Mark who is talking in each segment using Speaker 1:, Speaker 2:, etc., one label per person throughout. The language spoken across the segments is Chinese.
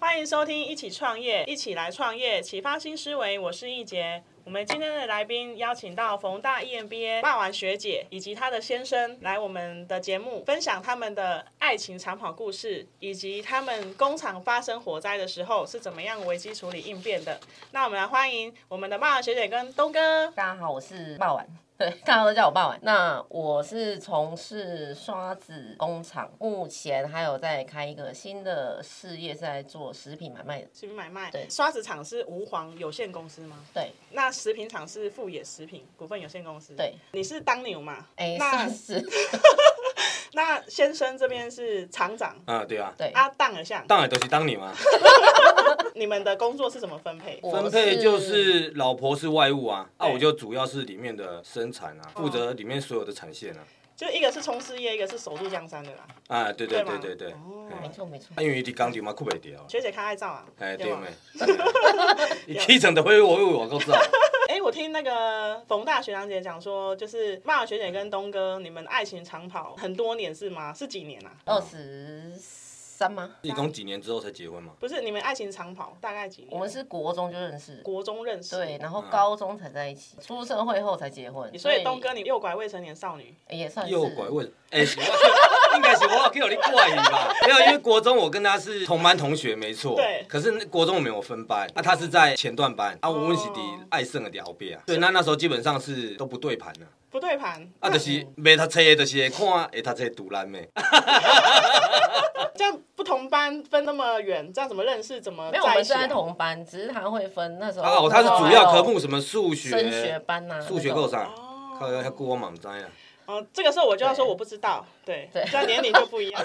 Speaker 1: 欢迎收听《一起创业》，一起来创业，启发新思维。我是易杰。我们今天的来宾邀请到冯大 E EMBA 霸王学姐以及她的先生来我们的节目，分享他们的爱情长跑故事，以及他们工厂发生火灾的时候是怎么样危机处理应变的。那我们来欢迎我们的霸王学姐跟东哥。
Speaker 2: 大家好，我是霸晚， 对，大家都叫我霸晚。那我是从事刷子工厂，目前还有在开一个新的事业，是在做食品买卖的。
Speaker 1: 食品买卖，
Speaker 2: 对
Speaker 1: 刷子厂是吾皇有限公司吗？
Speaker 2: 对，
Speaker 1: 那食品厂是富野食品股份有限公司。
Speaker 2: 对，
Speaker 1: 你是当牛嘛？
Speaker 2: 哎、
Speaker 1: 那
Speaker 2: 算是
Speaker 1: 那先生这边是厂长，
Speaker 3: 啊，对啊，
Speaker 2: 对。
Speaker 1: 阿当尔像，
Speaker 3: 当然都是当 你嘛，
Speaker 1: 你们的工作是怎么分配？
Speaker 2: 我
Speaker 3: 分配就是老婆是外务啊，啊，我就主要是里面的生产啊，负责里面所有的产线啊，
Speaker 1: 就一个哦是冲事业，一个是守住江山的啦。
Speaker 3: 啊，对
Speaker 1: 对
Speaker 3: 对
Speaker 1: 吗
Speaker 3: 对对对，
Speaker 1: 哦
Speaker 3: 嘿
Speaker 2: 没错没错
Speaker 3: 啊，，因为你工厂嘛，酷袂掉，
Speaker 1: 学姐看爱照啊，
Speaker 3: 哎，对
Speaker 1: 吗
Speaker 3: 没？？ 你起床就会我我啊我都 知道，
Speaker 1: 哎，我听那个冯大学长姐讲说，就是骂学姐跟东哥，你们爱情长跑很多年是吗？是几年啊？
Speaker 2: 二十三吗？
Speaker 3: 一共几年之后才结婚嘛？
Speaker 1: 不是，你们爱情长跑大概几年？
Speaker 2: 我们是国中就认识，
Speaker 1: 国中认识，嗯
Speaker 2: 对，然后高中才在一起，出社会后才结婚。
Speaker 1: 所以东哥你诱拐未成年少女，
Speaker 2: 哎也算是
Speaker 3: 右拐问，哎，是 我应该是我给你怪你 吧？没有，因为国中我跟他是同班同学，没错。
Speaker 1: 对
Speaker 3: 可是那国中我们有分班，啊，他是在前段班，
Speaker 2: 哦
Speaker 3: 啊，我们是伫爱胜的后边啊。对，那那时候基本上是都不对盘啊。
Speaker 1: 不对盘，
Speaker 3: 啊，就是袂读册的，就是会看会读册独男的。
Speaker 2: 哦
Speaker 1: 这样不同班分那么远，这样怎么认识？怎么
Speaker 2: 没有，我们
Speaker 1: 在一
Speaker 2: 是
Speaker 1: 起啊
Speaker 2: 在同班，只是他会分那时候
Speaker 3: 啊，哦，他是主要科目什么数
Speaker 2: 升学
Speaker 3: 学、
Speaker 2: 班呐、
Speaker 3: 数学
Speaker 2: 那种
Speaker 3: 够上，
Speaker 1: 哦
Speaker 3: 靠要遐久我嘛毋知啊。
Speaker 1: 哦，这个时候我就要说
Speaker 2: 对
Speaker 1: 我不知道，对，
Speaker 2: 对
Speaker 1: 这样年龄就不一样。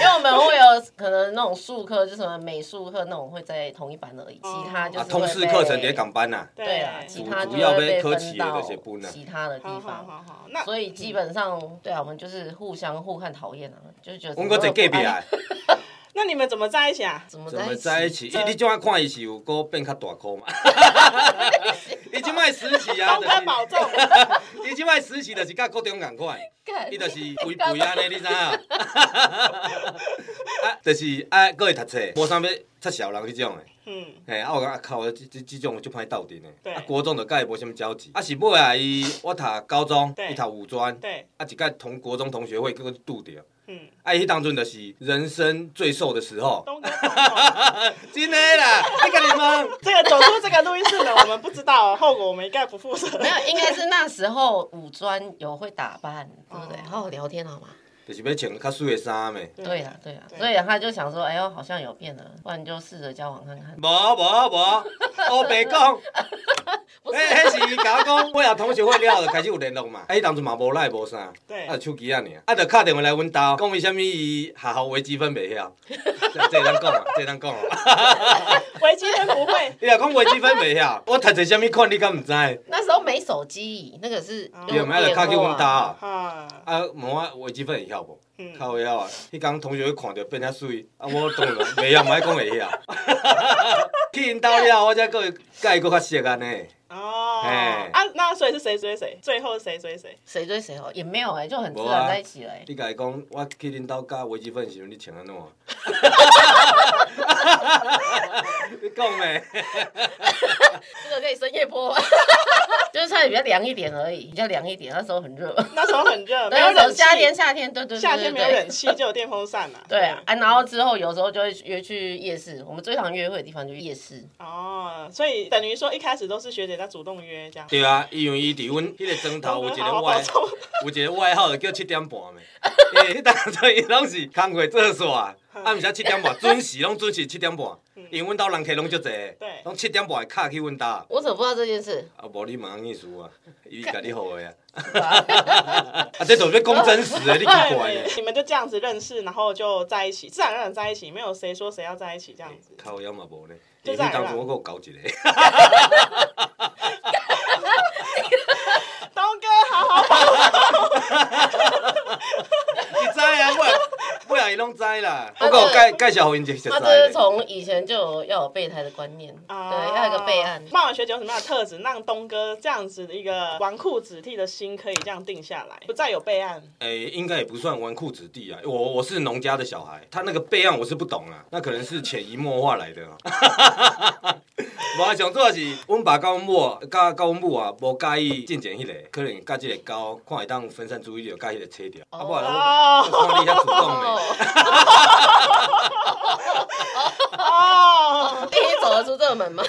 Speaker 2: 因为我们会有可能那种术科，就什么美术课那种会在同一班而已，
Speaker 1: 哦
Speaker 2: 其他就
Speaker 3: 啊，
Speaker 2: 是
Speaker 3: 通识课程伫港班呐，
Speaker 2: 对啊，其他就
Speaker 3: 主要
Speaker 2: 会
Speaker 3: 被
Speaker 2: 被
Speaker 3: 科技
Speaker 2: 分
Speaker 3: 的那
Speaker 2: 到
Speaker 3: 些部呢
Speaker 2: 其他的地
Speaker 1: 好好
Speaker 2: 方。
Speaker 1: 好好，那
Speaker 2: 所以基本上，对啊，我们就是互相互看讨厌啊，就是觉得
Speaker 3: 阮搁坐隔壁啊来，
Speaker 1: 那你们怎么在一起啊？
Speaker 2: 怎么
Speaker 3: 怎么在一起？
Speaker 2: 怎
Speaker 3: 伊
Speaker 2: 么
Speaker 3: 你怎啊看伊是有搁变较大 颗嘛？伊即摆实习啊，
Speaker 1: 东
Speaker 3: 就
Speaker 1: 哥保重，
Speaker 3: 是伊即摆实习就是甲高中共款。
Speaker 2: 在一
Speaker 3: 伊
Speaker 2: 起
Speaker 3: 就是肥肥安尼，你知影？ 啊，就是啊，搁会读册，无啥要插小人迄种诶。
Speaker 1: 嗯，
Speaker 3: 嘿，啊，我讲啊靠，即即即种就歹斗阵
Speaker 1: 对
Speaker 3: 诶。啊，国中就甲伊无啥物交集。啊，是尾啊，伊我读高中
Speaker 1: 对，
Speaker 3: 伊读五专，
Speaker 1: 对，
Speaker 3: 啊，一届同国中同学会搁拄着。
Speaker 1: 嗯，
Speaker 3: 啊，伊迄当阵就是人生最瘦的时候，
Speaker 1: 东哥保重。
Speaker 3: 真诶啦！你甲你问，
Speaker 1: 这个走出这个录音室呢，我们不知道，后果我们一概不负责。
Speaker 2: 没有，应该是那时候五专有会打扮，对不对？好好聊天好吗？
Speaker 3: 就是要穿较水诶衫诶。
Speaker 2: 对啊，对啊，
Speaker 1: 对
Speaker 2: 所以他就想说，哎呦，好像有变了，不然就试着交往看看。
Speaker 3: 无无无，我白讲。
Speaker 2: 不是
Speaker 3: 迄迄是伊甲我讲，我也同学会了后就开始有联络嘛。啊，伊当初嘛无赖无啥，
Speaker 1: 对
Speaker 3: 啊手机啊尔，啊就敲电话来阮兜，讲伊啥物伊学校微积分袂晓， 这这咱讲啊，这咱讲啊。
Speaker 1: 维基人不会，
Speaker 3: 伊若讲微积分袂晓，我读者啥物款你敢毋知？
Speaker 2: 那时候没手机，那个是
Speaker 1: 哦
Speaker 3: 伊有没有敲去阮兜
Speaker 2: 啊？
Speaker 3: 啊？
Speaker 1: 啊，
Speaker 3: 啊，问我微积分会晓无？
Speaker 1: 嗯，
Speaker 3: 较会晓啊！迄工同学会看着变遐水，啊我当然袂晓，毋爱讲会晓。去因兜了，我才佫会甲伊佫较熟啊安尼。
Speaker 1: 哦
Speaker 3: 哎，
Speaker 1: 啊，那所以是谁追谁？最后是谁追谁？
Speaker 2: 谁追谁哦，也没有哎、就很自
Speaker 3: 没啊
Speaker 2: 然在一起了、哎
Speaker 3: 你甲伊讲，我去恁兜教微积分的时阵，你穿安怎？ 你讲咩？
Speaker 2: 这个可以深夜播， 就是穿的比较凉一点而已，比较凉一点。那时候很热，
Speaker 1: 那时候很热，没有
Speaker 2: 那时候
Speaker 1: 冷气，
Speaker 2: 夏天，夏天，对对对，
Speaker 1: 夏天没有冷
Speaker 2: 气。
Speaker 1: 气就有电风扇嘛。
Speaker 2: 对啊，啊，然后之后有时候就会约去夜市，我们最常约会的地方就是夜市。
Speaker 1: 哦，所以等于说一开始都是学姐在主动约这样。
Speaker 3: 对啊，因为伊伫阮迄个砖头有
Speaker 1: 东
Speaker 3: 一
Speaker 1: 哥好
Speaker 3: 个
Speaker 1: 好保
Speaker 3: 外，
Speaker 1: 重。
Speaker 3: 有一个外号就叫七点半 咩。诶，迄当阵伊拢是工课做 煞，啊毋是啊七点半准时，拢准时七点半，
Speaker 4: 嗯
Speaker 3: 因为阮兜人客拢足侪
Speaker 1: 对，
Speaker 3: 拢七点半会敲去阮兜。啊，
Speaker 2: 我怎么不知道这件事？
Speaker 3: 无你问艺术啊，伊甲你好的啊，
Speaker 2: 是吧
Speaker 3: 啊这就是讲真实的，你奇怪
Speaker 1: 对
Speaker 3: 呢，？
Speaker 1: 你们就这样子认识，然后就在一起，自然而然在一起，没有谁说谁要在一起这样子。
Speaker 3: 靠腰嘛无呢，
Speaker 1: 就
Speaker 3: 因
Speaker 1: 是
Speaker 3: 为
Speaker 1: 这样啦
Speaker 3: 当初我佫有搞一个。
Speaker 1: 东哥，好好保重，
Speaker 3: 你知啊，我也我也伊拢知啦。
Speaker 4: 啊
Speaker 3: 我有
Speaker 4: 对
Speaker 3: 介介绍互因一个熟
Speaker 4: 他这是
Speaker 3: 识。
Speaker 4: 从以前就有要有备胎的观念，
Speaker 3: 啊
Speaker 4: 对，要有一个备案。
Speaker 1: 漫晚学姐有什么样的特质，让东哥这样子的一个纨绔子弟的心可以这样定下来，不再有备案？
Speaker 3: 诶、应该也不算纨绔子弟啊。我我是农家的小孩，他那个备案我是不懂啊，那可能是潜移默化来的、啊。我想主要是，阮爸甲阮母、甲甲阮母啊，无介意进前迄个，可能甲即个狗看会当分散注意力，甲迄个扯掉。啊，不然我
Speaker 1: 哦
Speaker 3: 我看你遐主动
Speaker 4: 哦
Speaker 3: 诶。，
Speaker 1: 哦，
Speaker 4: 第一走得出这个门吗？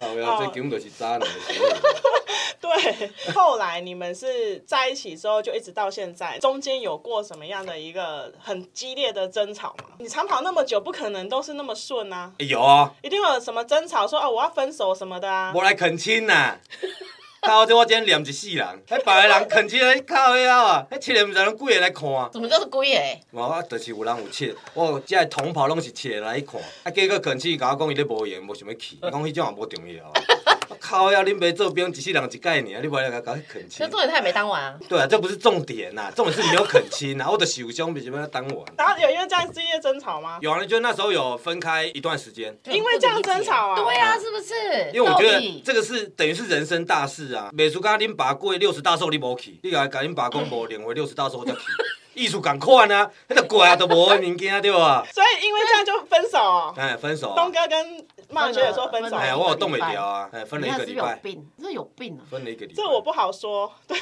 Speaker 3: 哦后壁这根本就是渣男的行为。
Speaker 1: 对。后来你们是在一起之后，就一直到现在，中间有过什么样的一个很激烈的争吵吗？你长跑那么久，不可能都是那么顺啊，
Speaker 3: 欸有啊，
Speaker 1: 一定会有什么争吵，说哦我要分手什么的啊。
Speaker 3: 无来恳亲呐。靠！这我真念一世人，迄别个人恳亲，迄靠迄啊啊，迄七个毋知拢几个来看。
Speaker 4: 怎么叫做龟
Speaker 2: 欸
Speaker 4: 诶？
Speaker 3: 无，我就是有人有切，我有遮同袍拢是切来看，啊，结果近期甲我讲伊咧无闲，无想要去，伊讲迄哦种也无重要。我靠呀，恁袂做兵，一世人一届尔，你袂来甲我恳
Speaker 4: 其
Speaker 3: 亲
Speaker 4: 实？重点他也没当完啊。
Speaker 3: 对啊，这不是重点呐、重点是没有恳亲呐，我的受伤，为什么要当完？
Speaker 1: 然后有因为这样激烈争吵吗？
Speaker 3: 有啊，就那时候有分开一段时间，
Speaker 1: 因为这样争吵啊
Speaker 4: 对啊，是不是？
Speaker 3: 因为我觉
Speaker 4: 到
Speaker 3: 得
Speaker 4: 底
Speaker 3: 这个是等于是人生大事啊。美术家恁爸过六十大寿你无去，你甲甲恁爸讲无连回六十大寿我才去，艺术共款啊，迄个怪啊都无物件对吧？
Speaker 1: 所以因为这样就分手哦、
Speaker 3: 哎，分手、啊
Speaker 1: 东。哥跟曼学姐说分手，
Speaker 3: 哎，
Speaker 4: 了
Speaker 3: 我有冻袂掉啊，哎，分了一个
Speaker 2: 你
Speaker 3: 礼
Speaker 2: 那是
Speaker 3: 拜
Speaker 2: 有，病，这有病啊！
Speaker 3: 分了一个礼拜。
Speaker 1: 这我不好说， 对，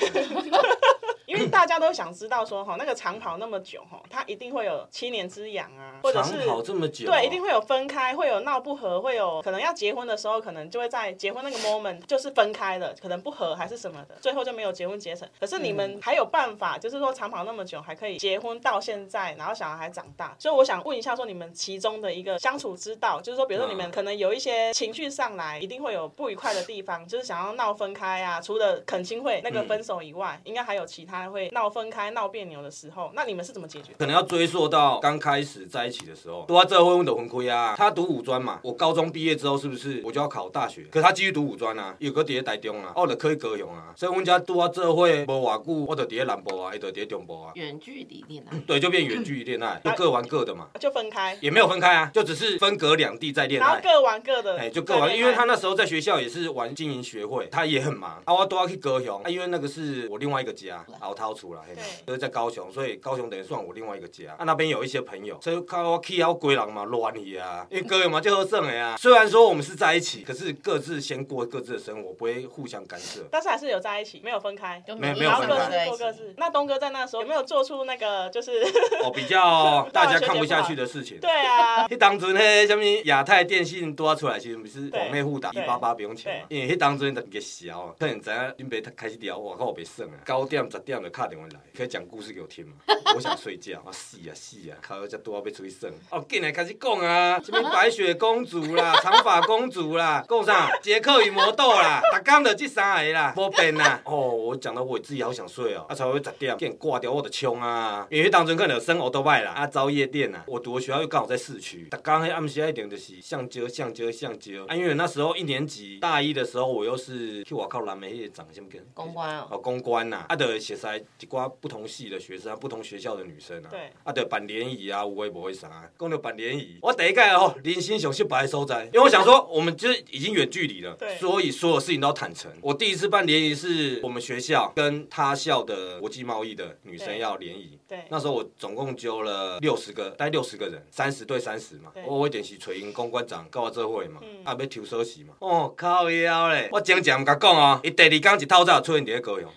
Speaker 1: 因为大家都想知道说哈，那个长跑那么久哈，他一定会有七年之痒啊，或者是
Speaker 3: 长跑这么久，哦
Speaker 1: 对，一定。会有分开，会有闹不和，会有可能要结婚的时候，可能就会在结婚那个 moment 就是分开了，可能不和还是什么的，最后就没有结婚结成。可是你们还有办法，就是说长跑那么久还可以结婚到现在，然后小孩还长大，所以我想问一下，说你们其中的一个相处之道，就是说，比如说你们
Speaker 3: 嗯
Speaker 1: 可能有一些情绪上来，一定会有不愉快的地方，就是想要闹分开啊。除了恳亲会那个分手以外，应该还有其他会闹分开、闹别扭的时候，那你们是怎么解决？
Speaker 3: 可能要追溯到刚开始在一起的时候，对啊，这婚的魂亏啊，他读五专嘛，我高中毕业之后是不是我就要考大学？可他继续读五专啊，又搁伫咧台中啊，啊我就可以高雄啊，所以阮家拄啊这会无偌久，我就伫咧南部啊，伊就伫咧中部啊，
Speaker 2: 远距离恋爱，
Speaker 3: 对，就变远距离恋爱，就各玩各的嘛，
Speaker 1: 就分开。
Speaker 3: 也没有分开啊，就只是分隔两地在恋
Speaker 1: 然后
Speaker 3: 爱。
Speaker 1: 各玩各的，
Speaker 3: 哎、就各玩，
Speaker 1: 在恋爱
Speaker 3: 因为他那时候在学校也是玩经营学会，他也很忙。啊，我都要去高雄，啊，因为那个是我另外一个家，熬涛出来，嘿
Speaker 1: 对
Speaker 3: 就是在高雄，所以高雄等于算我另外一个家。啊，那边有一些朋友，所以看我去要归人嘛，乱去啊，因为高雄嘛就喝剩的呀、啊。虽然说我们是在一起，可是各自先过各自的生活，不会互相干涉。
Speaker 1: 但是还是有在一起，没有分开。
Speaker 4: 就
Speaker 3: 嗯没有没
Speaker 1: 然
Speaker 3: 有
Speaker 1: 后
Speaker 3: 分
Speaker 1: 各
Speaker 3: 开
Speaker 1: 自过各自。那东哥在那时候有没有做出那个就是
Speaker 3: 哦，比较大家看不下去的事情。
Speaker 1: 对啊，
Speaker 3: 迄当阵迄什么亚太电信多出来，时阵不是网内互打一
Speaker 1: 对
Speaker 3: 八八不用钱嘛？因为迄当阵就个小啊，可能知影恁爸开始聊，我靠，别算啊，九点十点就打电话来，可以讲故事给我听嘛？ 我想睡觉，啊死啊死啊，靠，才拄好要出去耍。哦，进来开始讲啊，什么白雪公主啦、 长发公主啦，讲啥？杰克与魔豆啦， 逐工就这三个啦，无变啦。 哦，我讲到我自己好想睡哦，啊，才会十点，见挂掉我的枪啊，因为当阵可能有生活都拜啦，啊，招夜店啊，我读的学校又刚好在市区，逐工迄暗时啊一定就是上蕉上蕉上蕉，啊，因为那时候一年级大一的时候，我又是去外口南美迄个长什么跟
Speaker 4: 公关哦，
Speaker 3: 哦，公关呐、啊，啊，得写晒一寡不同系的学生、啊，不同学校的女生啊，
Speaker 1: 对，
Speaker 3: 啊，得办联谊啊，有会不会啥？讲到办联谊，我第一盖哦，林心雄是白收在，因为我想说，我们就是已经远距离了，
Speaker 1: 对
Speaker 3: 所以所有事情都要坦诚。我第一次办联谊是我们学校跟他校的国际贸易的女生
Speaker 1: 对
Speaker 3: 要联谊，
Speaker 1: 对
Speaker 3: 那时候我总共揪了六十个，大概六十个人，三十对三十嘛
Speaker 1: 对。嗯
Speaker 3: 我有点是找因公关长跟我做伙嘛，啊要抽锁匙嘛。哦靠腰咧！我前前毋甲讲哦，伊第二天一透早出现伫咧 高雄，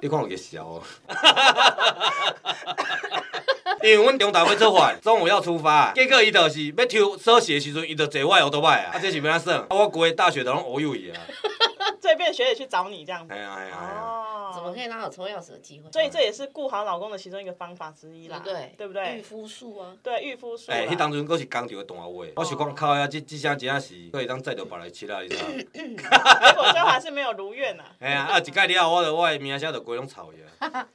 Speaker 3: 你看有个笑哦。 因为阮中昼要出发，中午要出发，结果伊就是要抽锁匙的时阵，伊就坐我后头摆啊，啊这是要安怎么算？啊我规个大学都拢乌有伊啊，
Speaker 1: 这边学姐去找你这样子
Speaker 3: 哎。呀哎呀哎呀，
Speaker 1: 哦，
Speaker 4: 怎么可以拿到抽钥匙的机会？
Speaker 1: 所以这也是顾好老公的其中一个方法之一
Speaker 4: 对
Speaker 2: 嗯
Speaker 1: 啦
Speaker 4: 不，对？
Speaker 1: 对不
Speaker 4: 御
Speaker 1: 对？
Speaker 4: 夫术啊，
Speaker 1: 对，御夫术啦。
Speaker 3: 哎，迄当阵佫是工厂的单位，我想讲靠呀，这这声真正是可以当载着别人去啦，你知道吗？
Speaker 1: 结果
Speaker 3: 哎
Speaker 1: 最后还是没有如愿呐。
Speaker 3: 哎呀，啊一届了后，我就我的名声就规拢臭去啊。啊，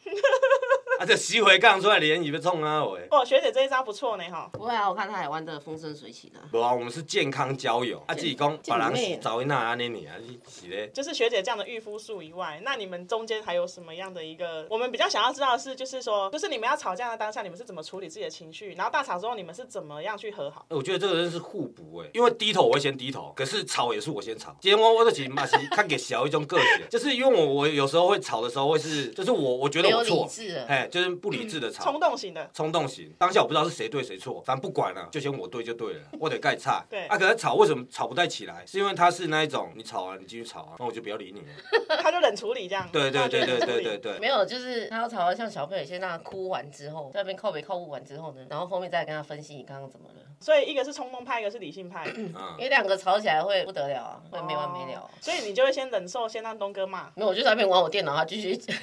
Speaker 3: 啊，这洗回杠出来联谊要创啊喂。
Speaker 1: 哦，学姐这一招不错呢哈。
Speaker 2: 不会啊，我看台湾的风生水起的，
Speaker 3: 无啊，我们是健康交友，啊，自己讲别
Speaker 2: 健
Speaker 3: 人
Speaker 2: 妹
Speaker 3: 是找一那安尼你啊，你是咧？
Speaker 1: 就是学姐这样的御夫术以外，那你们中间还有什么样的一个？我们比较想要知道的是，就是说，就是你们要吵架的当下，你们是怎么处理自己的情绪？然后大吵之后，你们是怎么样去和好？
Speaker 3: 哎我觉得这个人是互补哎、因为低头我会先低头，可是吵也是我先吵。今天我我的其实嘛是看给小一种个性， 就是因为我我有时候会吵的时候会是，就是我我觉得
Speaker 4: 没有
Speaker 3: 我
Speaker 4: 理
Speaker 3: 错，
Speaker 4: 智了。
Speaker 3: 哎，就是不理智的吵
Speaker 1: 冲。动型的，
Speaker 3: 冲动型，当下我不知道是谁对谁错，反正不管了，就先我对就 对了，我得盖差。
Speaker 1: 对
Speaker 3: 啊，可是吵为什么吵不太起来？是因为他是那一种，你吵啊，你继续吵啊，那我就不要理你 了。
Speaker 1: 他就冷处理这样。
Speaker 3: 对对对对
Speaker 1: 他就冷处
Speaker 3: 对
Speaker 1: 理
Speaker 3: 对。对，
Speaker 4: 没有，就是他要吵到像小朋友，先让他哭完之后，在那边靠北靠物完之后呢，然后后面再跟他分析你刚刚怎么了，
Speaker 1: 所以一个是冲动派，一个是理性派，
Speaker 3: 嗯
Speaker 4: 因，为两个吵起来会不得了啊，会没完没了啊。
Speaker 1: 哦所以你就会先忍受，先让东哥骂。
Speaker 4: 没有，我就在那边玩我电脑，他继续， 就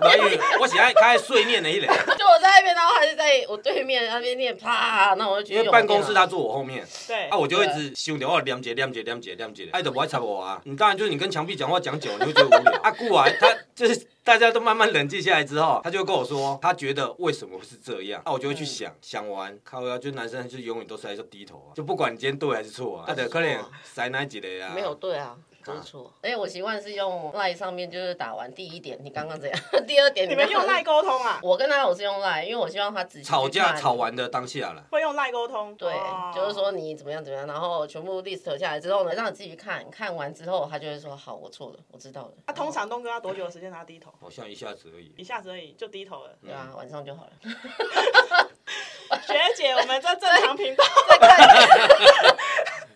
Speaker 3: 我以为我喜爱他爱碎念的一类，
Speaker 4: 我在那边，然后他就在我对面那边念啪，那我就继
Speaker 3: 因
Speaker 4: 续
Speaker 3: 为
Speaker 4: 用
Speaker 3: 办公室他
Speaker 4: 他
Speaker 3: 坐我后面，
Speaker 1: 对，
Speaker 3: 啊，我就一直想着我谅解谅解谅解谅解，爱的不爱插我啊。你当然就是你跟墙壁讲话讲久，了，你会觉得无聊。啊，顾完他就是大家都慢慢冷静下来之后，他就跟我说，他觉得为什么会是这样？啊，我就会去想，想完靠呀，就男生就永远都是还是低头啊，就不管你今天对还是错啊，啊，得可能塞哪几个啊？
Speaker 4: 没有，对啊。不是错，哎，我习惯是用 line 上面，就是打完第一点，你刚刚怎样？ 第二点
Speaker 1: 你们用赖
Speaker 4: 赖，
Speaker 1: 沟通啊？
Speaker 4: 我跟他我是用 line，因为我希望他仔细去
Speaker 3: 吵架
Speaker 4: 看
Speaker 3: 吵完的当下了。
Speaker 1: 会用赖沟通？
Speaker 4: 对
Speaker 1: 哦，
Speaker 4: 就是说你怎么样怎么样，然后全部 list 下来之后呢，让你自己去看看完之后，他就会说好，我错了，我知道了。
Speaker 1: 啊，通常东哥要多久的时间才要低头？
Speaker 3: 好像一下子而已
Speaker 1: 一，下子而已就低头了。
Speaker 4: 对
Speaker 3: 嗯
Speaker 4: 啊，晚上就好了。
Speaker 1: 学姐，我们这正常频道，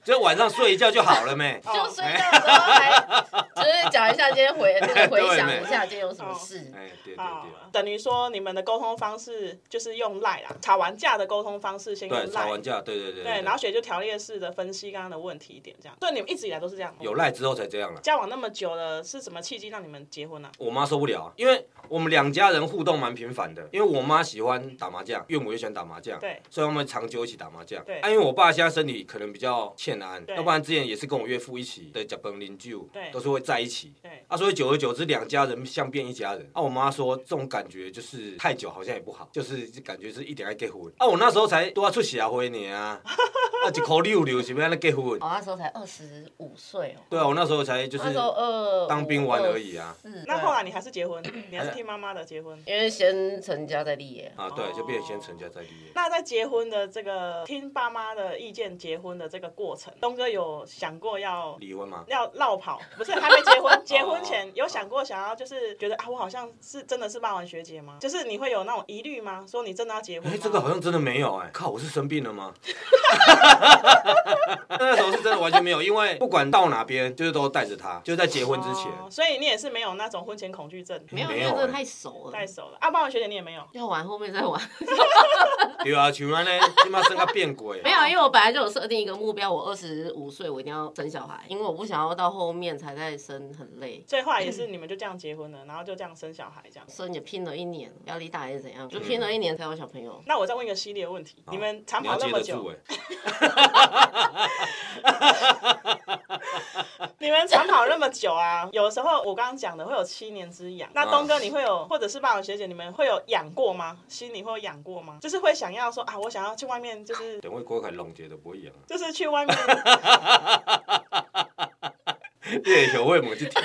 Speaker 3: 就晚上睡一觉就好了哎没？
Speaker 1: 哦
Speaker 4: 就睡觉的时候还 就是讲一下今天 回那个回想一下今天有什么事。
Speaker 3: 哎，对对
Speaker 1: 啊
Speaker 3: 对，，
Speaker 1: 等于说你们的沟通方式就是用赖啦，吵完架的沟通方式先
Speaker 3: 对，
Speaker 1: 用
Speaker 3: 吵
Speaker 1: 赖
Speaker 3: 完。架，对对对
Speaker 1: 对，然后学姐就条列式的分析刚刚的问题点，这样。对，你们一直以来都是这样。
Speaker 3: 有赖之后才这样了。
Speaker 1: 交往那么久了，是什么契机让你们结婚呢？
Speaker 3: 我妈受不了啊，因为我们两家人互动蛮频繁的，因为我妈喜欢打麻将，岳母也喜欢打麻将，
Speaker 1: 对，
Speaker 3: 所以我们长久一起打麻将。
Speaker 1: 对
Speaker 3: 啊，因为我爸现在身体可能比较欠安，
Speaker 1: 对
Speaker 3: 要不然之前也是跟我岳父一起的脚本邻居，
Speaker 1: 对
Speaker 3: 都是会在一起。
Speaker 1: 对，
Speaker 3: 啊，所以久而久之，两家人像变一家人。啊，我妈说这种感觉就是太久好像也不好，就是感觉是一点爱结婚。啊，我那时候才都要出社会呢啊，啊一口六六是不要那结婚？
Speaker 4: 我哦那时候才二十五岁哦，
Speaker 3: 对啊，我那时候才就是
Speaker 4: 那时候嗯二
Speaker 3: 当兵完而已啊。
Speaker 4: 是，
Speaker 1: 那后来你还是结 婚，你还是听妈妈的结婚。
Speaker 4: 因为先成家再立业，
Speaker 3: 啊，对，就变成先
Speaker 1: 哦
Speaker 3: 成家再立业。
Speaker 1: 那在结婚的这个听爸妈的意见结婚的这个过程，东哥有想过要
Speaker 3: 离婚吗？
Speaker 1: 要绕跑，不是还没结 婚， 结婚前有想过想要就是觉得啊，我好像是真的是骂完学姐吗？就是你会有那种疑虑吗？说你真的要结婚
Speaker 3: 哎、
Speaker 1: 吗？
Speaker 3: 这个好像真的没有哎、靠，我是生病 了吗？ 那时候是真的完全没有，因为不管到哪边，就是都带着他，就是在结婚之前。
Speaker 1: 哦所以你也是没有那种婚前恐惧症，
Speaker 2: 没有，因
Speaker 3: 没
Speaker 2: 为
Speaker 3: 有
Speaker 2: 真的
Speaker 3: 欸
Speaker 2: 太熟了
Speaker 1: 太，熟了。啊，骂完学姐你也没有，
Speaker 2: 要玩后面再玩。
Speaker 3: 对啊，像安呢，起码生个变鬼
Speaker 2: 没。有，啊因为我本来就有设定一个目标，我二十五岁我一定要生小孩，因为我不想要到后面才在生，很累。
Speaker 1: 所以后来也是你们就这样结婚了，然后就这样生小孩这样。
Speaker 2: 生也拼了一年，压力大还是怎
Speaker 4: 嗯
Speaker 2: 样，就拼了一年才有小朋
Speaker 3: 嗯
Speaker 2: 友。
Speaker 1: 那我再问一个系列问题，你们长
Speaker 3: 你
Speaker 1: 跑
Speaker 3: 要
Speaker 1: 那
Speaker 3: 接
Speaker 1: 么
Speaker 3: 得
Speaker 1: 久
Speaker 3: 住，哎、
Speaker 1: 你们长跑那么久啊，有时候我刚刚讲的会有七年之痒。
Speaker 3: 啊
Speaker 1: 那东哥你会有，或者是爸爸学姐，你们会有痒过吗？心里会有痒过吗？就是会想要说啊，我想要去外面，就是
Speaker 3: 等会郭凯弄结都不 会赢啊。
Speaker 1: 就是去外面，
Speaker 3: 对，有会猛去 提，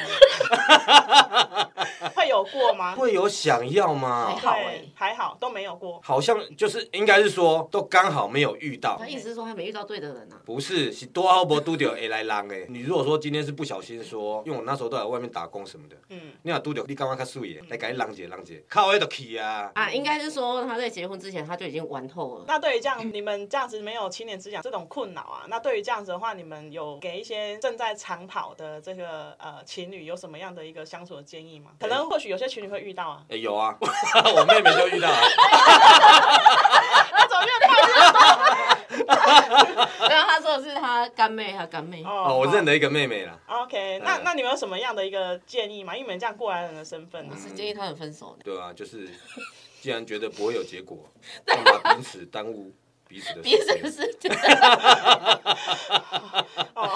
Speaker 1: 会有过 吗？
Speaker 3: 会有想要吗
Speaker 2: 还？好哎、
Speaker 1: 对，还好都没有过。
Speaker 3: 好像就是应该是说，都刚好没有遇到
Speaker 2: 他。意思是说还没遇到对的人啊。
Speaker 3: 不是，是多好不拄着会来浪哎。你如果说今天是不小心说，因为我那时候都在外面打工什么的，
Speaker 1: 嗯，
Speaker 3: 你若拄着你感觉较水的，来甲你浪者浪者，靠迄就去啊。
Speaker 2: 啊，应该是说他在结婚之前他就已经玩透了。
Speaker 1: 那对于这样你们这样子没有七年之痒这种困扰啊，那对于这样子的话，你们有给一些正在长跑的这个呃情侣有什么样的一个相处的建议吗？可能或许有些情侣会遇到啊，
Speaker 3: 哎、有啊， 我妹妹就遇到啊，
Speaker 1: 那怎么越快越
Speaker 2: 然后他说的是他干妹，他干妹。
Speaker 1: 哦
Speaker 3: 哦，我认。得一个妹妹啦。
Speaker 1: OK，那
Speaker 3: 嗯
Speaker 1: 那你们有什么样的一个建议吗？因为你们这样过来人的身 份、
Speaker 2: 我
Speaker 1: 啊，
Speaker 2: 是建议他们分手的。
Speaker 3: 对啊，就是既然觉得不会有结 果，干嘛彼此耽误彼此的时
Speaker 2: 别是
Speaker 3: 间？
Speaker 2: 是，
Speaker 1: 哦，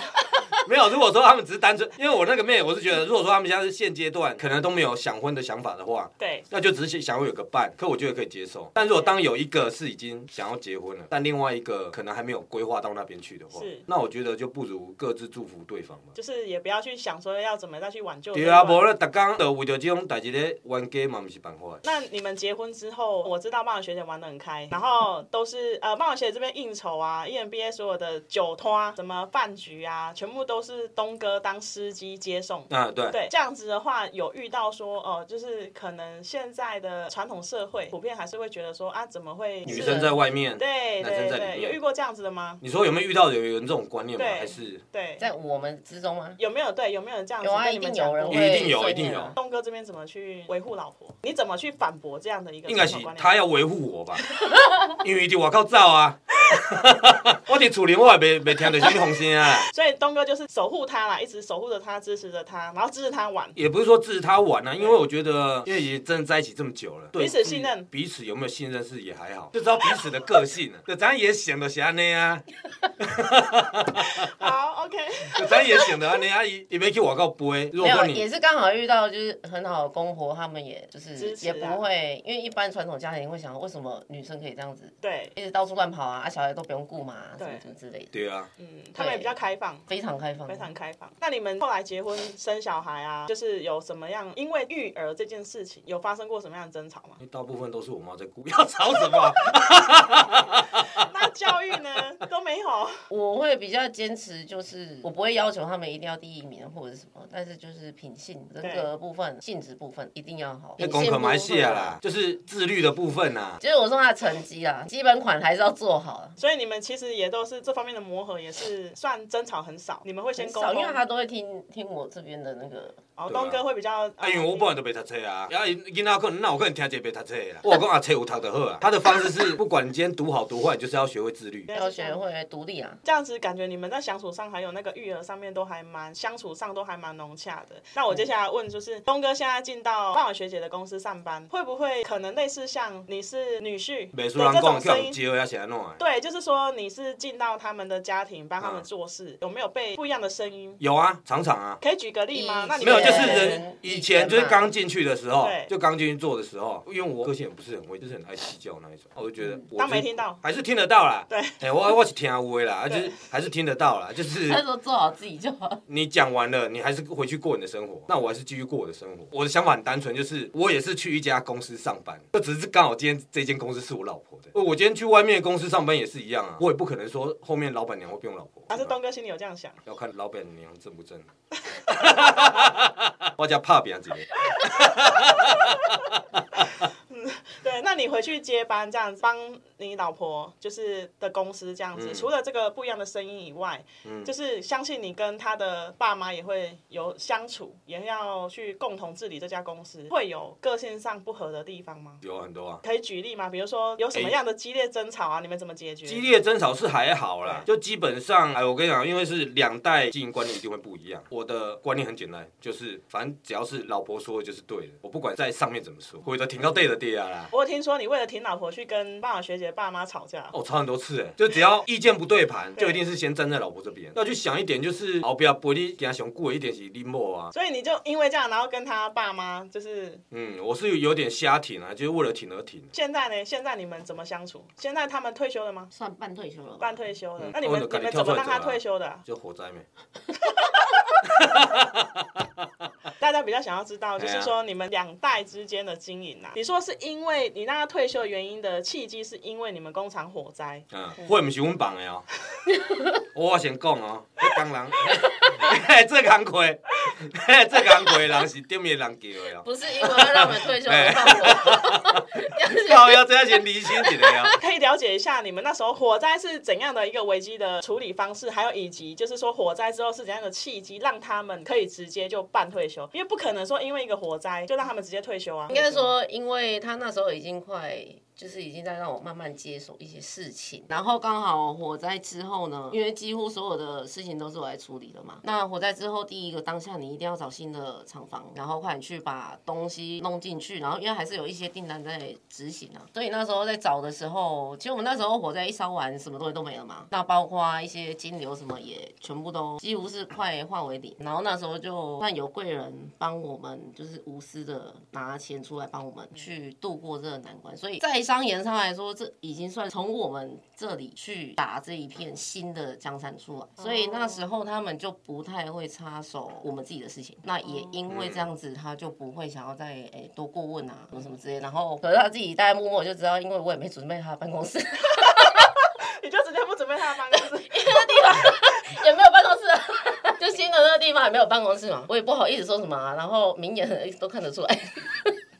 Speaker 3: 没有，如果说他们只是单纯，因为我那个妹，我是觉得，如果说他们现在是现阶段可能都没有想婚的想法的话，
Speaker 1: 对，
Speaker 3: 那就只是想要有个伴，可我觉得可以接受。但如果当有一个是已经想要结婚了，但另外一个可能还没有规划到那边去的话
Speaker 1: 是，
Speaker 3: 那我觉得就不如各自祝福对方吧。
Speaker 1: 就是也不要去想说要怎么再去挽救。
Speaker 3: 对啊，无咧，逐工就为着这种代志咧冤家嘛，毋是办法的。
Speaker 1: 那你们结婚之后，我知道冒险学姐玩的很开，然后都是呃冒险学姐这边应酬啊，EMBA 所有的酒托啊，什么饭局啊，全部都是东哥当司机接送。
Speaker 3: 啊，对，
Speaker 1: 对，这样子的话，有遇到说哦、就是可能现在的传统社会普遍还是会觉得说啊，怎么会
Speaker 3: 女
Speaker 1: 是
Speaker 3: 生在外面，
Speaker 1: 对
Speaker 3: 男
Speaker 1: 对
Speaker 3: 生在里
Speaker 1: 对，有
Speaker 3: 面
Speaker 1: 遇过这样子的吗？
Speaker 3: 你说有没有遇到有人这种观念吗？
Speaker 1: 对
Speaker 3: 还是
Speaker 1: 对，
Speaker 4: 在我们之中吗？
Speaker 1: 有没有对有没有人这样子
Speaker 4: 有啊，
Speaker 1: 跟
Speaker 4: 一
Speaker 1: 你们
Speaker 4: 定
Speaker 1: 讲
Speaker 4: 有人
Speaker 1: 过？
Speaker 3: 一
Speaker 4: 会
Speaker 3: 定有
Speaker 4: 碎
Speaker 3: 一定
Speaker 4: 念
Speaker 3: 有
Speaker 4: 啊
Speaker 1: 东哥这边怎么去维护老婆？你怎么去反驳这样的一个
Speaker 3: 应该是
Speaker 1: 传统观念
Speaker 3: 他要维护我吧？因为伊伫外口走啊， 我伫厝里我也袂袂听到什么风声啊。
Speaker 1: 所以东哥就是守护他啦，一直守护着他，支持着他，然后支持他 玩。
Speaker 3: 也不是说支持他玩啊，因为我觉得，因为也真的在一起这么久了，对
Speaker 1: 彼此信任
Speaker 3: 自己彼此有没有信任是也还好，就知道彼此的个 性啊。对，咱也显得是安尼啊，
Speaker 1: 好，OK，
Speaker 3: 就咱也显得安尼 啊，伊伊要去外口飞。如
Speaker 4: 没有，
Speaker 3: 果说
Speaker 4: 也
Speaker 3: 你
Speaker 4: 是刚好遇到就是很好的公婆，他们也就是
Speaker 1: 支持
Speaker 4: 也
Speaker 1: 啊
Speaker 4: 不会，因为一般传统家庭会想，为什么女生可以这样子
Speaker 1: 对，
Speaker 4: 一直到处乱跑啊，啊小孩都不用顾嘛，什
Speaker 1: 对
Speaker 4: 么什么之类的，
Speaker 3: 对啊，
Speaker 1: 嗯，他们也
Speaker 4: 对
Speaker 1: 比较开放。
Speaker 4: 非常开放，
Speaker 1: 非常开放。那你们后来结婚生小孩啊，就是有什么样？因为育儿这件事情有发生过什么样的争吵吗？
Speaker 3: 大部分都是我妈在顾，要吵什么 啊？
Speaker 1: 那教育 呢都没有。
Speaker 4: 我会比较坚持，就是我不会要求他们一定要第一名或者是什么，但是就是品性、人格部分、性质部分一定要好。
Speaker 3: 那
Speaker 4: 品
Speaker 3: 功
Speaker 4: 性
Speaker 3: 课
Speaker 4: 部
Speaker 3: 蛮
Speaker 4: 分
Speaker 3: 细啊啦，，就是自律的部分啊呐、
Speaker 4: 就是我说他的成绩啦，基本款还是要做好啊。
Speaker 1: 所以你们其实也都是这方面的磨合，也是算争吵很少。你们会先沟
Speaker 4: 少，
Speaker 1: 通
Speaker 4: 因为，他都会听听我这边的那个，
Speaker 1: 哦，东哥会比较。
Speaker 3: 啊，因为我本来就没读册啊，然后囡仔可能那我可能听一个没读册的啦。我有讲啊，册有读就好啊。他的方式是，不管你今天读好读坏，你就是要学会自律。
Speaker 1: 对
Speaker 4: 要学会独立啊。
Speaker 1: 这样子感觉你们在相处上还有那个育儿上面都还蛮相处上都还蛮融洽的。那我接下来问就是，东哥现在进到范婉学姐的公司上班，会不会可能类似像你是女婿
Speaker 3: 美术
Speaker 1: 的
Speaker 3: 人
Speaker 1: 这
Speaker 3: 讲
Speaker 1: 种
Speaker 3: 叫
Speaker 1: 声
Speaker 3: 人
Speaker 1: 音？
Speaker 3: 接啊，是安怎的？
Speaker 1: 对，就是说你是进到他们的家庭帮他们
Speaker 3: 嗯
Speaker 1: 做事，有没有被不一样的声音？
Speaker 3: 有啊，常常啊。
Speaker 1: 可以举个例吗？
Speaker 4: 以
Speaker 1: 那你
Speaker 3: 没有，
Speaker 1: 们
Speaker 3: 就是
Speaker 4: 对
Speaker 3: 人以前就是刚进去的时候
Speaker 1: 对，
Speaker 3: 就刚进去做的时候，因为我个性也不是很会，就是很爱计较那一种，我就觉得我
Speaker 1: 嗯当没
Speaker 3: 就
Speaker 1: 听到
Speaker 3: 还是听得到啦。
Speaker 1: 对，
Speaker 3: 哎，我我是听有的啦，啊就是
Speaker 1: 对
Speaker 3: 还是听得到啦，就是
Speaker 2: 他说做好自己就好。
Speaker 3: 你讲完了，你还是回去过你的生活，那我还是继续过我的生活。我的想法很单纯，就是我也是去一家公司上班，就只是刚好今天这间公司是我老婆的。我今天去外面的公司上班也是一样啊，我也不可能说后面老板娘会变我老婆。
Speaker 1: 还是东哥心里有这样想？
Speaker 3: 要看老板娘正不正。 我叫怕别人姐，
Speaker 1: 对，那你回去接班这样子，帮你老婆就是的公司这样子，
Speaker 3: 嗯
Speaker 1: 除了这个不一样的声音以外，
Speaker 3: 嗯
Speaker 1: 就是相信你跟他的爸妈也会有相处，也要去共同治理这家公司，会有个性上不合的地方吗？
Speaker 3: 有很多啊。
Speaker 1: 可以举例吗？比如说有什么
Speaker 3: 哎
Speaker 1: 样的激烈争吵啊？你们怎么解决？
Speaker 3: 激烈争吵是还好啦，就基本上，哎，我跟你讲，因为是两代经营观念一定会不一样。我的观念很简单，就是反正只要是老婆说的就是对的，我不管在上面怎么说，我都挺到对的对啊啦。
Speaker 1: 我有听说你为了挺老婆去跟爸爸学姐爸妈吵架，
Speaker 3: 哦，吵很多次哎，就只要意见不对盘，
Speaker 1: 对
Speaker 3: 就一定是先站在老婆这边。要去想一点，就是哦后不要玻璃给他想过一点是你某啊。
Speaker 1: 所以你就因为这样，然后跟他爸妈就是
Speaker 3: 嗯，我是有点瞎挺啊，就是为了挺而挺。
Speaker 1: 现在呢？现在你们怎么相处？现在他们退休了吗？
Speaker 2: 算半退休了吧，
Speaker 1: 半退休了，
Speaker 3: 嗯
Speaker 1: 那你们
Speaker 3: 哦那
Speaker 1: 你
Speaker 3: 赶紧
Speaker 1: 们
Speaker 3: 跳
Speaker 1: 怎
Speaker 3: 出
Speaker 1: 么
Speaker 3: 来
Speaker 1: 让他
Speaker 3: 走啊
Speaker 1: 退休的 啊、
Speaker 3: 就火灾没？
Speaker 1: 大家比较想要知道，就
Speaker 3: 哎
Speaker 1: 是
Speaker 3: 呀
Speaker 1: 说你们两代之间的经营啊。你说是因为你让他退休的原因的契机，是因为你们工厂火灾。
Speaker 3: 嗯，火毋是阮放的 哦。我先讲哦，迄工人， 嘿做工课，嘿做工课的人是顶面人叫 的哦。
Speaker 4: 不是因为要让我们退 休而放火，
Speaker 3: 靠，哦要这样先厘清一下哦。
Speaker 1: 可以了解一下你们那时候火灾是怎样的一个危机的处理方式，还有以及就是说火灾之后是怎样的契机让他们可以直接就办退休，因为不可能说因为一个火灾就让他们直接退休啊。
Speaker 4: 应该说，因为他那时候已经快就是已经在让我慢慢接手一些事情。
Speaker 2: 然后刚好火灾之后呢，因为几乎所有的事情都是我来处理了嘛。那火灾之后，第一个当下你一定要找新的厂房，然后快点去把东西弄进去。然后因为还是有一些订单在执行啊，所以那时候在找的时候，其实我们那时候火灾一烧完，什么东西都没了嘛。那包括一些金流什么也全部都几乎是快化为零。然后那时候就算有贵人帮我们，就是无私的拿钱出来帮我们去度过这个难关。所以在商言上来说，这已经算从我们这里去打这一片新的江山出来。所以那时候他们就不太会插手我们自己的事情。那也因为这样子，他就不会想要再诶、多过问啊什么什么之类。然后可是他自己大概默默就知道，因为我也没准备他的办公室。
Speaker 1: 你就直接不准备他的办公室，
Speaker 2: 也没有办公室、啊， 就新的那个地方也没有办公室嘛，我也不好意思说什么啊。然后明眼都看得出来。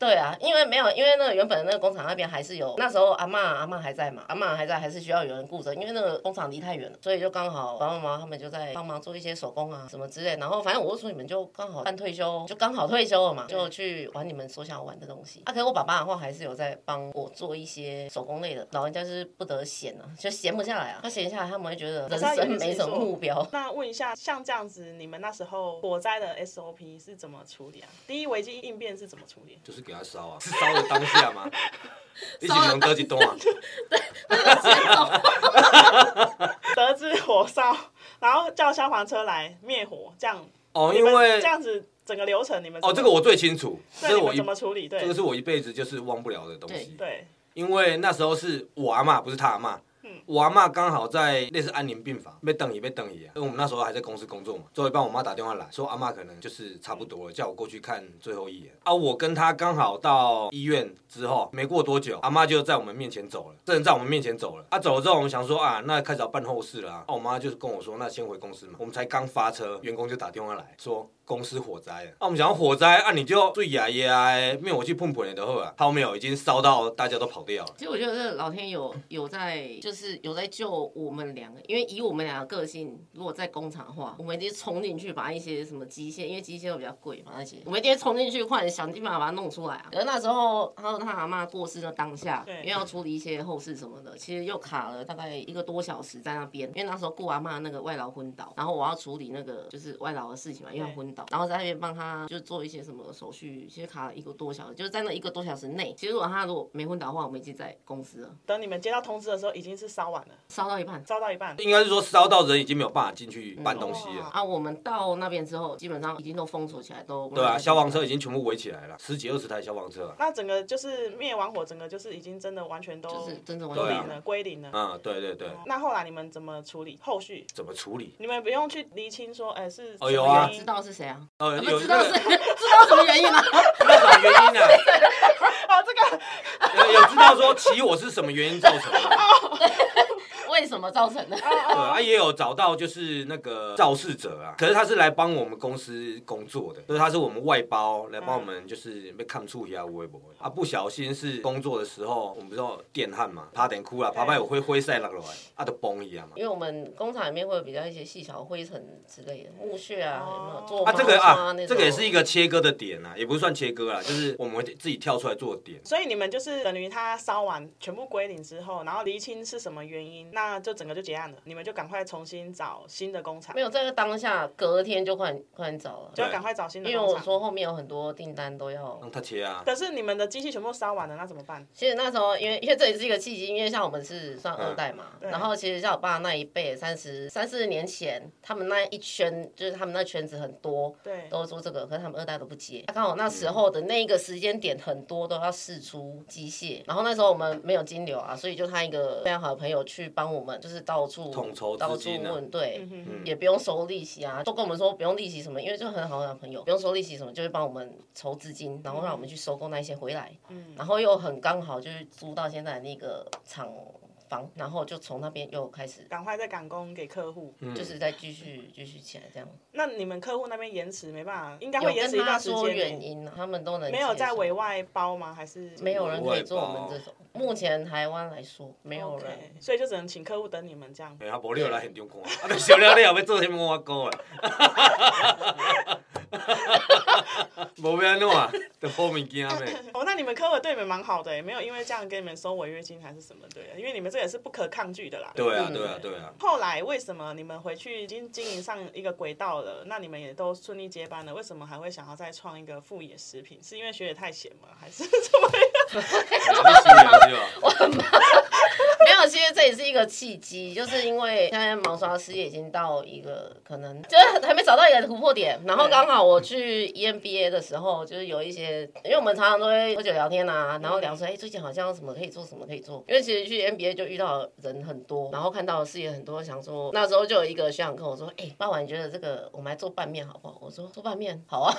Speaker 2: 对啊，因为没有，因为那个原本那个工厂那边还是有，那时候阿嬷阿嬷还在嘛，阿嬷还在，还是需要有人顾着，因为那个工厂离太远了，所以就刚好爸爸妈妈他们就在帮忙做一些手工啊什么之类。然后反正我就说你们就刚好办退休，就刚好退休了嘛，就去玩你们所想玩的东西。啊，可是我爸爸的话还是有在帮我做一些手工类的，老人家就是不得闲啊，就闲不下来啊，他闲下来他们会觉得人生没什么目 标。
Speaker 1: 那问一下，像这样子，你们那时候火灾的 SOP 是怎么处理啊？第一危机应变是怎么处理？
Speaker 3: 就是给他烧啊，是烧的当下 吗？你是龙得一段啊？
Speaker 1: 得知火烧，然后叫消防车来灭火，这样
Speaker 3: 哦，
Speaker 1: 你
Speaker 3: 因
Speaker 1: 们
Speaker 3: 为
Speaker 1: 这样子整个流程你们怎
Speaker 3: 哦，
Speaker 1: 么
Speaker 3: 这个我最清楚，这
Speaker 1: 对
Speaker 3: 是
Speaker 1: 你
Speaker 3: 我
Speaker 1: 们
Speaker 3: 一
Speaker 1: 怎么处理？对
Speaker 3: 这个是我一辈子就是忘不了的东西。
Speaker 1: 对，
Speaker 3: 因为那时候是我阿嬷，不是他阿嬷。我阿嬷刚好在类似安宁病房，被等一被等一啊。因为我们那时候还在公司工作嘛，最后一帮我妈打电话来说阿嬷可能就是差不多了，叫我过去看最后一眼啊。我跟她刚好到医院之后，没过多久，阿妈就在我们面前走了，这人在我们面前走了。啊，走了之后我们想说啊，那开始要办后事了啊。啊我妈就是跟我说，那先回公司嘛。我们才刚发车，员工就打电话来说公司火灾了。啊，我们想要火灾啊，你就最牙牙的，灭我去碰碰你的后啊，后面有已经烧到大家都跑掉了。
Speaker 2: 其实我觉得这老天有有在，就是有在救我们两个，因为以我们两个个性，如果在工厂的话，我们一定冲进去把一些什么机械，因为机械都比较贵嘛那些，我们一定会冲进去，快点想尽办法把它弄出来啊。可是那时候还有他阿妈过世的当下，
Speaker 1: 对
Speaker 2: 因为要处理一些后事什么的，其实又卡了大概一个多小时在那边，因为那时候顾阿妈那个外劳昏倒，然后我要处理那个就是外劳的事情嘛，因为他
Speaker 1: 对
Speaker 2: 昏倒，然后在那边帮他就做一些什么手续，其实卡了一个多小时，就是在那一个多小时内，其实如果他如果没昏倒的话，我们已经在公司了。
Speaker 1: 等你们接到通知的时候，已经是烧完了，
Speaker 2: 烧到一半。
Speaker 1: 烧到一半。
Speaker 3: 应该是说烧到人已经没有办法进去
Speaker 1: 嗯
Speaker 3: 搬东西
Speaker 1: 哇
Speaker 3: 了。
Speaker 2: 啊，我们到那边之后，基本上已经都封锁起来，都
Speaker 3: 对啊，消防车已
Speaker 2: 经
Speaker 3: 经全部围起来了，十几二十台消防车啊。
Speaker 1: 那整个就是灭完火，整个就是已经真的完全都
Speaker 2: 就是真的完
Speaker 1: 归
Speaker 3: 对
Speaker 1: 零
Speaker 3: 啊
Speaker 1: 了，归零了。
Speaker 3: 嗯，对对对，
Speaker 1: 那后来你们怎么处理？后续
Speaker 3: 怎么处理？
Speaker 1: 你们不用去厘清说，哎、是
Speaker 3: 哦
Speaker 1: 什
Speaker 3: 有
Speaker 1: 么
Speaker 3: 啊
Speaker 1: 原因
Speaker 2: 知道是谁啊？
Speaker 3: 呃，
Speaker 2: 啊不
Speaker 3: 有
Speaker 2: 知
Speaker 3: 那
Speaker 2: 道
Speaker 3: 个
Speaker 2: 是 知道什么原因啊？
Speaker 3: 那什么原因呢、啊？呃
Speaker 1: 啊，这个
Speaker 3: 有有知道说起火是什么原因造成的？
Speaker 2: 为什么造成的？
Speaker 3: 对啊，也有找到就是那个肇事者啊，可是他是来帮我们公司工作的，所以他是我们外包来帮我
Speaker 1: 嗯
Speaker 3: 们，就是被看出一下微博啊，不小心是工作的时候，我们不知道电焊嘛，怕点哭啦，啊怕怕有灰灰晒落来，啊就崩一样嘛。
Speaker 2: 因为我们工厂里面会有比较一些细小灰尘之类的木屑啊，有没有做
Speaker 3: 啊，这个
Speaker 2: 猫砂
Speaker 3: 啊
Speaker 2: 那，种
Speaker 3: 这个也是一个切割的点啊，也不是算切割啦，就是我们会自己跳出来做的点。
Speaker 1: 所以你们就是等于他烧完全部归零之后，然后厘清是什么原因，那就整个就结案了。你们就赶快重新找新的工厂，
Speaker 2: 没有在当下，隔天就快快点找了，
Speaker 1: 就赶快找新的
Speaker 2: 因为
Speaker 1: 工
Speaker 2: 我
Speaker 1: 厂。
Speaker 2: 说后面有很多订单都要
Speaker 3: 让他切啊，
Speaker 1: 可是你们的机器全部烧完了，那怎么办？
Speaker 2: 其实那时候，因为因为这也是一个契机，因为像我们是
Speaker 3: 嗯
Speaker 2: 算二代嘛，
Speaker 1: 对
Speaker 2: 然后其实像我爸那一辈，三十三四十年前，他们那一圈就是他们那圈子很多，
Speaker 1: 对
Speaker 2: 都做这个，可是他们二代都不接。他刚好那时候的那一个时间点，很多都要试出机械，然后那时候我们没有金流啊，所以就他一个非常好的朋友去帮我们，就是到处
Speaker 3: 统筹
Speaker 2: 到
Speaker 3: 资
Speaker 2: 处
Speaker 3: 金啊
Speaker 2: 问，对，
Speaker 1: 嗯哼
Speaker 2: 也不用收利息啊，都跟我们说不用利息什么，因为就很好的朋友，不用收利息什么，就是帮我们筹资金，然后让我
Speaker 1: 嗯
Speaker 2: 们去收购那一些回来，然后又很刚好就是租到现在的那个厂房，然后就从那边又开始
Speaker 1: 赶快再赶工给客户。
Speaker 2: 就是再继续继续起来这样，
Speaker 1: 那你们客户那边延迟没办法，应该会
Speaker 2: 有
Speaker 1: 延迟一
Speaker 2: 跟他
Speaker 1: 段时
Speaker 2: 说
Speaker 1: 间。
Speaker 2: 原因啊，他们都能
Speaker 1: 没有
Speaker 2: 接
Speaker 1: 在
Speaker 2: 受
Speaker 1: 委外包吗？还是
Speaker 2: 没有人可以
Speaker 3: 不会
Speaker 2: 做我们
Speaker 3: 吧
Speaker 2: 这种，目前台湾来说没有
Speaker 1: OK，
Speaker 2: 人。
Speaker 1: 所以就只能请客户等你们这样。
Speaker 3: 哎、啊，无你又来现场看，啊，小了你也要做啥物我讲啊。无要安怎啊，就好物件 咩。
Speaker 1: 哦，那你们科委对你们蛮好的耶，也欸没有因为这样跟你们收违约金还是什么对的，因为你们这也是不可抗拒的啦。嗯
Speaker 3: 对啊，对啊，对啊。
Speaker 1: 后来为什么你们回去已经经营上一个轨道了？那你们也都顺利接班了，为什么还会想要再创一个副业食品？是因为学姐太闲吗？还是 怎么样？
Speaker 3: 你是啊对啊
Speaker 2: 没有，其实这也是一个契机，就是因为现在毛刷师已经到一个可能就是还没找到一个突破点，然后刚好我去 E EMBA 的时候，就是有一些，因为我们常常都会喝酒聊天啊，然后聊说，哎、最近好像什么可以做，什么可以做，因为其实去 E EMBA 就遇到人很多，然后看到的事也很多，想说那时候就有一个学长跟我说，哎、爸爸你觉得这个我们来做拌面好不好？我说做拌面好啊，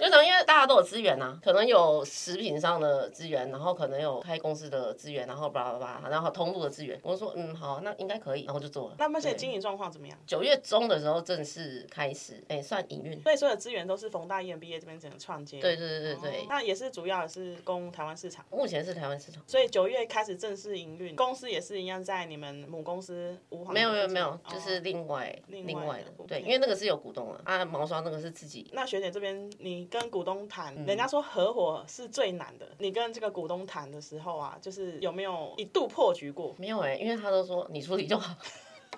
Speaker 2: 就想因为大家都有资源啊，可能有食品上的资源，然后可能有开公司的资源，然后巴拉巴拉，然后通路的资源。我说嗯好，那应该可以，然后就做了。
Speaker 1: 那目前
Speaker 2: 对
Speaker 1: 经营状况怎么样？
Speaker 2: 九月中的时候正式开始，哎、算营运。
Speaker 1: 所以所有资源都是冯大燕毕业这边整个创接。
Speaker 2: 对对对对对哦
Speaker 1: 哦那也是主要也是供台湾市场。
Speaker 2: 目前是台湾市场，
Speaker 1: 所以九月开始正式营运，公司也是一样在你们母公司无航。
Speaker 2: 没有没有没有，就是
Speaker 1: 哦
Speaker 2: 另外
Speaker 1: 另
Speaker 2: 另
Speaker 1: 外
Speaker 2: 外
Speaker 1: 的
Speaker 2: 的，
Speaker 1: OK
Speaker 2: 对，因为那个是有股东啊，啊毛刷那个是自己，
Speaker 1: 那学姐这边，你跟股东谈，
Speaker 2: 嗯
Speaker 1: 人家说合伙是最难的。你跟这个股东谈的时候啊，就是有没有一度破局过？
Speaker 2: 没有哎、因为他都说你处理就 好。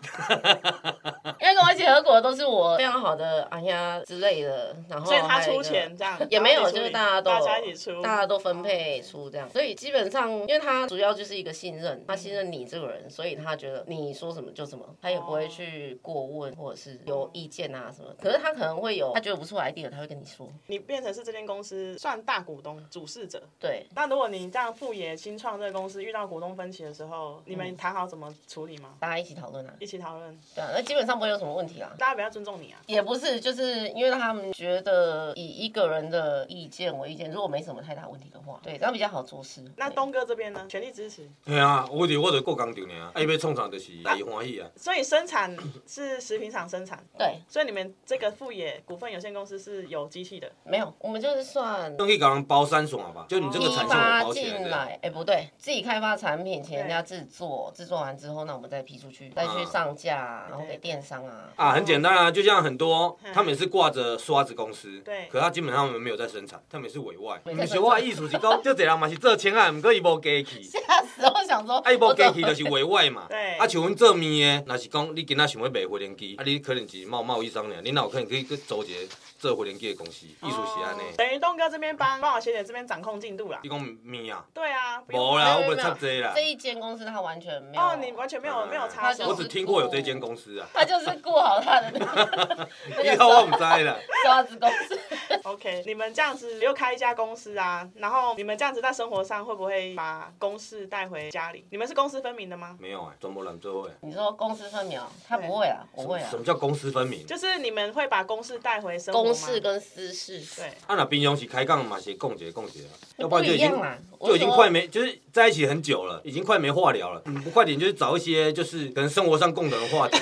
Speaker 2: 因为跟我一起合伙的都是我非常好的哎呀之类的，然后
Speaker 1: 所以他
Speaker 2: 还有一
Speaker 1: 出
Speaker 2: 个
Speaker 1: 钱这样，
Speaker 2: 也没有，
Speaker 1: 然后你
Speaker 2: 就
Speaker 1: 出
Speaker 2: 是大家都
Speaker 1: 大家一起出，
Speaker 2: 大家都分配出这样，所以基本上，因为他主要就是一个信任，他信任你这个人，所以他觉得你说什么就什么，他也不会去过问或者是有意见啊什么。可是他可能会有他觉得不错的 idea，他会跟你说。
Speaker 1: 你变成是这间公司算大股东、主事者。
Speaker 2: 对，
Speaker 1: 那如果你这样副业新创这个公司遇到股东分歧的时候，你们谈好怎么处理吗？
Speaker 2: 大家一起讨论啊，
Speaker 1: 一起讨论，
Speaker 2: 嗯对啊，那基本上不会有什么问题啦。
Speaker 1: 大家比较尊重你啊。
Speaker 2: 也不是，就是因为他们觉得以一个人的意见为意见，如果没什么太大问题的话，对，这样比较好做事。
Speaker 1: 那
Speaker 2: 对
Speaker 1: 东哥这边呢，全力支持。
Speaker 3: 嘿啊，我伫我伫顾工厂尔，啊伊要创啥就是大家欢喜啊。
Speaker 1: 所以生产是食品厂生产，
Speaker 2: 对，
Speaker 1: 所以你们这个富野股份有限公司是有机器的。
Speaker 2: 没有，我们就是算
Speaker 3: 可以给人包三爽吧，就你这个
Speaker 2: 批
Speaker 3: 产线我
Speaker 2: 发
Speaker 3: 包起来
Speaker 2: 进
Speaker 3: 这
Speaker 2: 来
Speaker 3: 样。，
Speaker 2: 哎、不对，自己开发产品，请人
Speaker 1: 对
Speaker 2: 家制作，制作完之后，那我们再批出去，再去
Speaker 3: 啊
Speaker 2: 上架啊，然后
Speaker 1: 对
Speaker 2: 给电商啊。
Speaker 3: 啊，很简单啊，就像很多
Speaker 1: 嗯，
Speaker 3: 他们也是挂着刷子公司，
Speaker 1: 哦对
Speaker 3: 可他基本上他们没有在生产，他们也是委外。
Speaker 2: 没在生
Speaker 3: 不
Speaker 2: 产
Speaker 3: 是我的意思是讲，就这人嘛是做钱啊，不过伊无加 去，
Speaker 2: 吓死我！想说，
Speaker 3: 啊伊无
Speaker 2: 我怎
Speaker 3: 加
Speaker 2: 么
Speaker 3: 去就是委外嘛。
Speaker 1: 对
Speaker 3: 啊像阮做面的，若是讲你今仔想要卖火电机，啊你可能是贸贸易商尔，你哪有可能去去组一个做火电机的公司？意思是安尼。
Speaker 1: 等于东哥这边帮帮我学姐这边掌控进度啦
Speaker 3: 你。讲面啊，
Speaker 1: 对啊，不用
Speaker 3: 无啦，
Speaker 2: 没有
Speaker 3: 我们
Speaker 2: 没有
Speaker 3: 插这啦
Speaker 2: 这。一间公司他完全没有，
Speaker 1: 哦，你完全没有没有插
Speaker 2: 他就
Speaker 1: 手，
Speaker 3: 我只听过有这间公司 啊，
Speaker 2: 他就是顾好他的那 个那
Speaker 3: 以
Speaker 2: 个
Speaker 3: 后我唔知啦。
Speaker 2: 刷子公司。
Speaker 1: OK，你们这样子又开一家公司啊，然后你们这样子在生活上会不会把公事带回家里？你们是公私分明的吗？
Speaker 3: 没有哎，全部人做伙。
Speaker 2: 你说公司分秒，他不会啊，我会啊
Speaker 3: 什，么叫公私分明？
Speaker 1: 就是你们会把公事带回生活吗
Speaker 2: 公事跟私事
Speaker 1: 对，
Speaker 3: 啊，那平常是开杠嘛，是共结共结啊，要
Speaker 2: 不
Speaker 3: 不然就
Speaker 2: 一
Speaker 3: 已经
Speaker 2: 样啦，我
Speaker 3: 就已经快
Speaker 2: 没。
Speaker 3: 没，就是在一起很久了，已经快没话聊了。嗯，不快点就是找一些就是可能生活上共同的话题，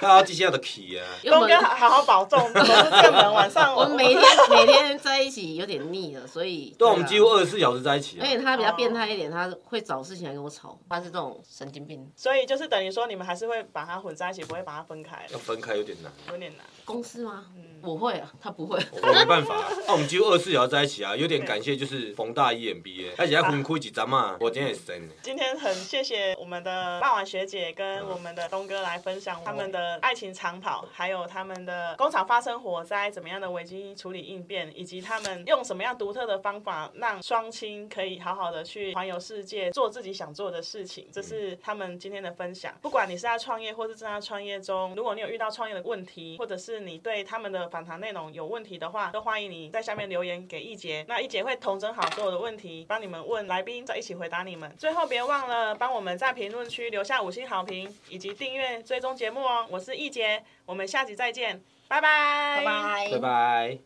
Speaker 3: 大家记下的起啊。
Speaker 2: 因为我
Speaker 1: 东
Speaker 2: 们
Speaker 1: 哥好好保重，走出这个门，晚上
Speaker 2: 我们每天每天在一起有点腻了，所以
Speaker 3: 对啊，
Speaker 2: 啊
Speaker 3: 我们几乎二十四小时在一起啊
Speaker 2: 而。且他比较变态一点，他会找事情来跟我吵，他是这种神经病。
Speaker 1: 所以就是等于说你们还是会把它混在一起，不会把它分开，
Speaker 3: 要分开有点难，
Speaker 1: 有点难。
Speaker 2: 公司吗？我会啊，他不会。
Speaker 3: 我没办法、啊。那、我们几乎二十四小时在一起啊，有点感谢就是冯大 EMBA，而且要分开几张嘛，啊我今天也生了。
Speaker 1: 今天很谢谢我们的霸王学姐跟我们的东哥来分享他们的爱情长跑，还有他们的工厂发生火灾怎么样的危机处理应变，以及他们用什么样独特的方法让双亲可以好好的去环游世界，做自己想做的事情。这是他们今天的分享。不管你是在创业或是正在创业中，如果你有遇到创业的问题，或者是你对他们的访谈内容有问题的话，都欢迎你在下面留言给易杰，那易杰会统整好所有的问题，帮你们问来宾，再一起回答你们。最后别忘了帮我们在评论区留下五星好评，以及订阅追踪节目哦。我是易杰，我们下集再见，拜拜，
Speaker 2: 拜拜
Speaker 3: 拜拜。